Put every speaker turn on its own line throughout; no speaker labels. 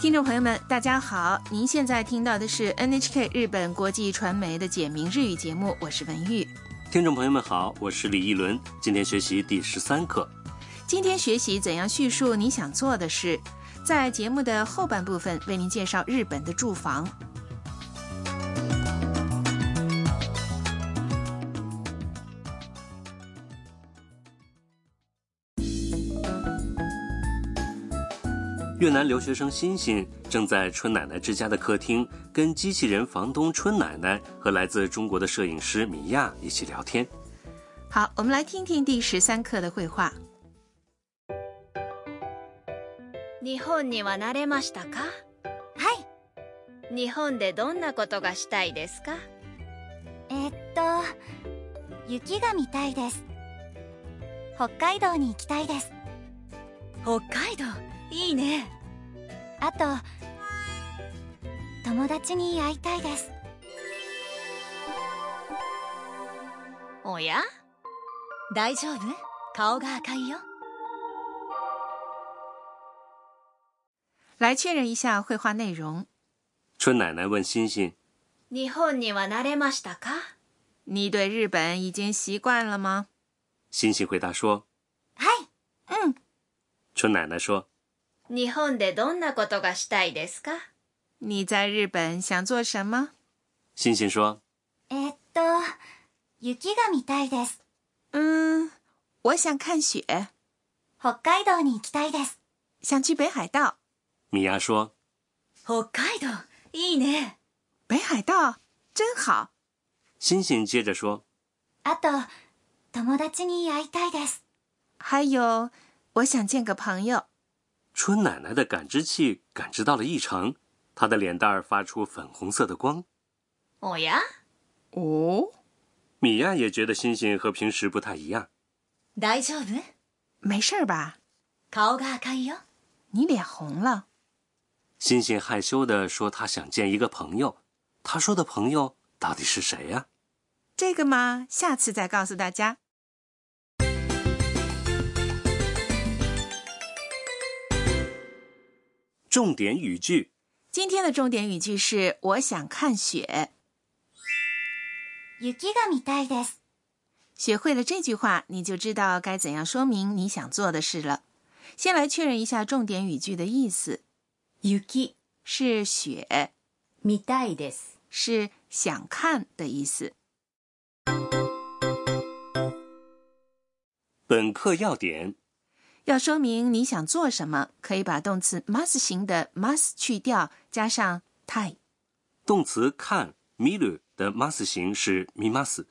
听众朋友们，大家好！您现在听到的是 NHK 日本国际传媒的简明日语节目，我是文玉。
听众朋友们好，我是李一伦，今天学习第十三课。
今天学习怎样叙述你想做的事，在节目的后半部分为您介绍日本的住房。
越南留学生欣欣正在春奶奶之家的客厅跟机器人房东春奶奶和来自中国的摄影师米娅一起聊天。
好，我们来听听第十三课的绘画。
日本には慣れましたか
はい
日本でどんなことがしたいですか
えっと雪が見たいです北海道に行きたいです
北海道いいね
あと友達に会いたいです
おや大丈夫顔が赤いよ
来确认一下绘画内容。
春奶奶问欣欣
日本には慣れましたか
你对日本已经习惯了吗？
欣欣回答说
はいうん
春奶奶说
日本でどんなことがしたいですか
你在日本想做什么？
欣欣说
えっと雪が見たいです
嗯，我想看雪，
北海道に行きたいです
想去北海道。
米娅说
北海道いいね
北海道真好。
欣欣接着说
あと友達に会いたいです
还有，我想见个朋友。
春奶奶的感知器感知到了异常，她的脸蛋儿发出粉红色的光。
おや
哦，
米娅也觉得欣欣和平时不太一样。
大丈夫
没事儿吧？
顔が赤いよ
你脸红了。
欣欣害羞地说：“她想见一个朋友。”她说的朋友到底是谁啊呀、
这个嘛，下次再告诉大家。
重点语句：
今天的重点语句是“我想看雪
雪が見たいです”。
学会了这句话，你就知道该怎样说明你想做的事了。先来确认一下重点语句的意思：
雪
是雪，
見たいです
是想看的意思。
本课要点：
要说明你想做什么，可以把动词 must 型的 must 去掉，加上 tai。
动词看 miru 的 mas 形是 mimas，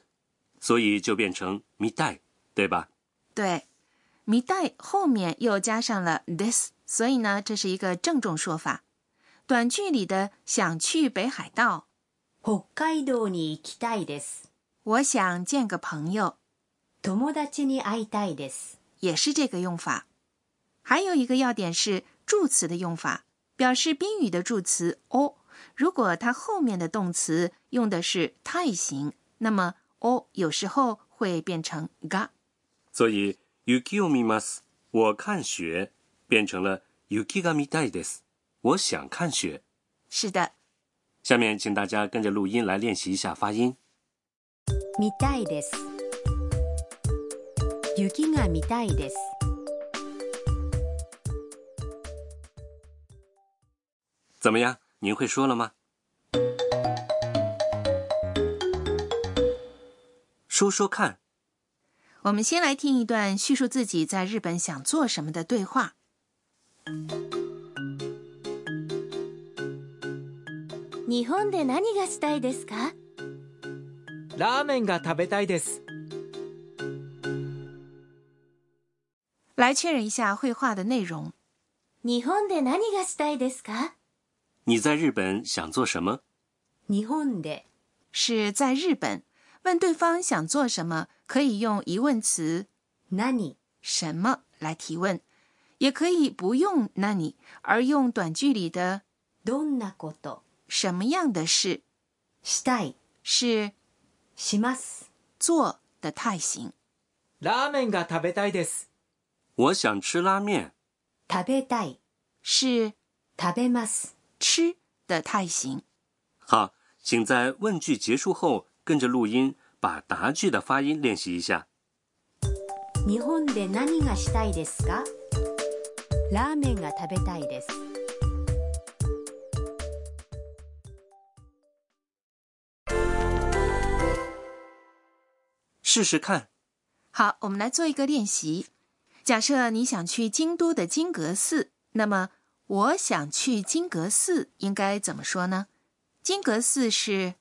所以就变成 midai，对吧？
对，米代后面又加上了 this，所以呢，这是一个郑重说法。短句里的想去北海道，
北海道に行きたいです
我想见个朋友，
友達に会いたいです
也是这个用法。还有一个要点是助词的用法，表示宾语的助词 o，如果它后面的动词用的是态形，那么 o 有时候会变成 ga。
所以 yuki o mimas，我看雪，变成了 yuki ga midai des，我想看雪。
是的，
下面请大家跟着录音来练习一下发音。
見たいです雪が見たいです
怎么样？您会说了吗？说说看，
我们先来听一段叙述自己在日本想做什么的对话。
日本で何がしたいですか
ラーメンが食べたいです
来确认一下绘画的内容。
日本で何がしたいですか
你在日本想做什么？
日本です
在日本问对方想做什么，可以用疑问词
何
“什么”来提问，也可以不用“那你”，而用短句里的
どんなこと
“什么样的事
したい、
是
します。
做的态形。
ラーメンが食べたいです。
我想吃拉面。
食べたい、
是
食べます。
吃的态形。
好，请在问句结束后跟着录音，把答句的发音练习一下。
日本で何がしたいですかラーメンが食べたいです。
试试看。
好，我们来做一个练习。假设你想去京都的金阁寺，那么我想去金阁寺应该怎么说呢？金阁寺是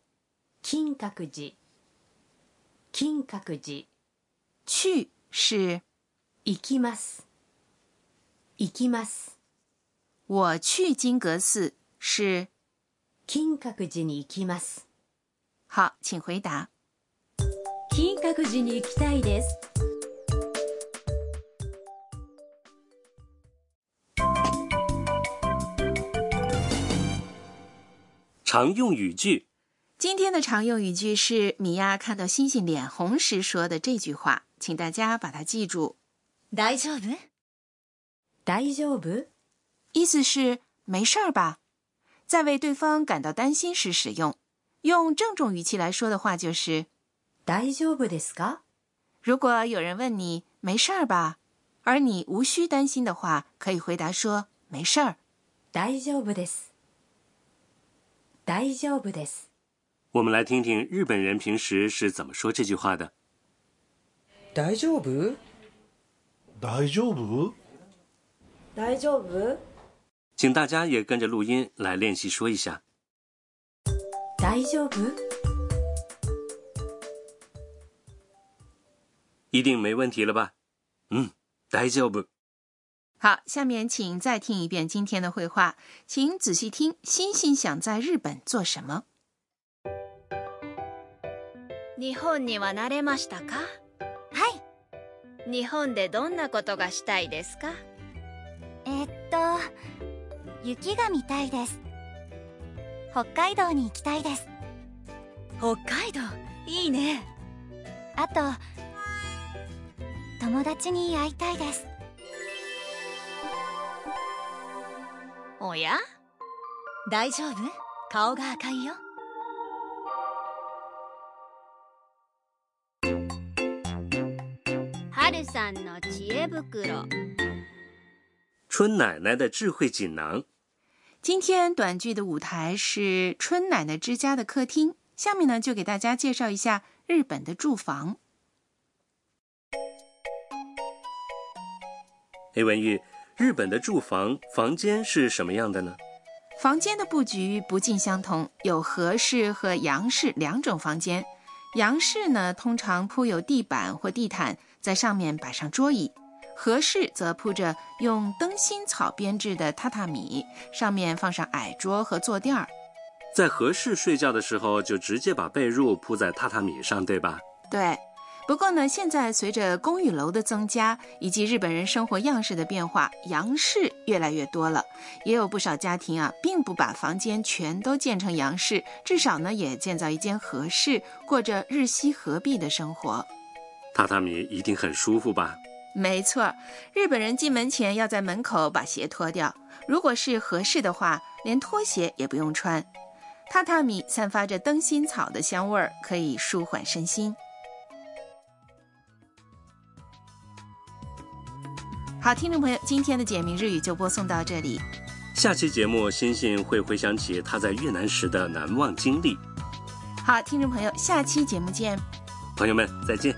金閣寺、金閣寺、
去是
行きます。行きます。
我去金阁寺是
金閣寺に行きます。
好，请回答。
金閣寺に行きたいです。
常用语句。
今天的常用语句是米娅看到星星脸红时说的这句话，请大家把它记住。
大丈夫
大丈夫
意思是没事儿吧？在为对方感到担心时使用。用郑重语气来说的话就是：
大丈夫ですか
如果有人问你“没事儿吧”，而你无需担心的话，可以回答说“没事儿
大丈夫です。大丈夫です。
我们来听听日本人平时是怎么说这句话的。
大丈夫
大丈夫
大丈夫
请大家也跟着录音来练习说一下。
大丈夫
一定没问题了吧？嗯，大丈夫。”。
好，下面请再听一遍今天的绘画，请仔细听。星星想在日本做什么？
日本には慣れましたか
はい
日本でどんなことがしたいですか
えっと雪が見たいです北海道に行きたいです
北海道いいね
あと友達に会いたいです
おや大丈夫顔が赤いよ
春さんの知恵袋
春奶奶的智慧锦囊。
今天短剧的舞台是春奶奶之家的客厅。下面呢，就给大家介绍一下日本的住房。
哎，文玉，日本的住房房间是什么样的呢？
房间的布局不尽相同，有和室和洋室两种房间。洋室呢，通常铺有地板或地毯，在上面摆上桌椅；和室则铺着用灯芯草编制的榻榻米，上面放上矮桌和坐垫儿。
在合适睡觉的时候，就直接把被褥铺在榻榻米上，对吧？
对，不过呢，现在随着公寓楼的增加以及日本人生活样式的变化，洋式越来越多了。也有不少家庭啊，并不把房间全都建成洋式，至少呢，也建造一间合适，过着日西合璧的生活。
榻榻米一定很舒服吧？
没错儿，日本人进门前要在门口把鞋脱掉，如果是合适的话，连拖鞋也不用穿。榻榻米散发着灯芯草的香味儿，可以舒缓身心。好，听众朋友，今天的简明日语就播送到这里。
下期节目，欣欣会回想起她在越南时的难忘经历。
好，听众朋友，下期节目见。
朋友们，再见。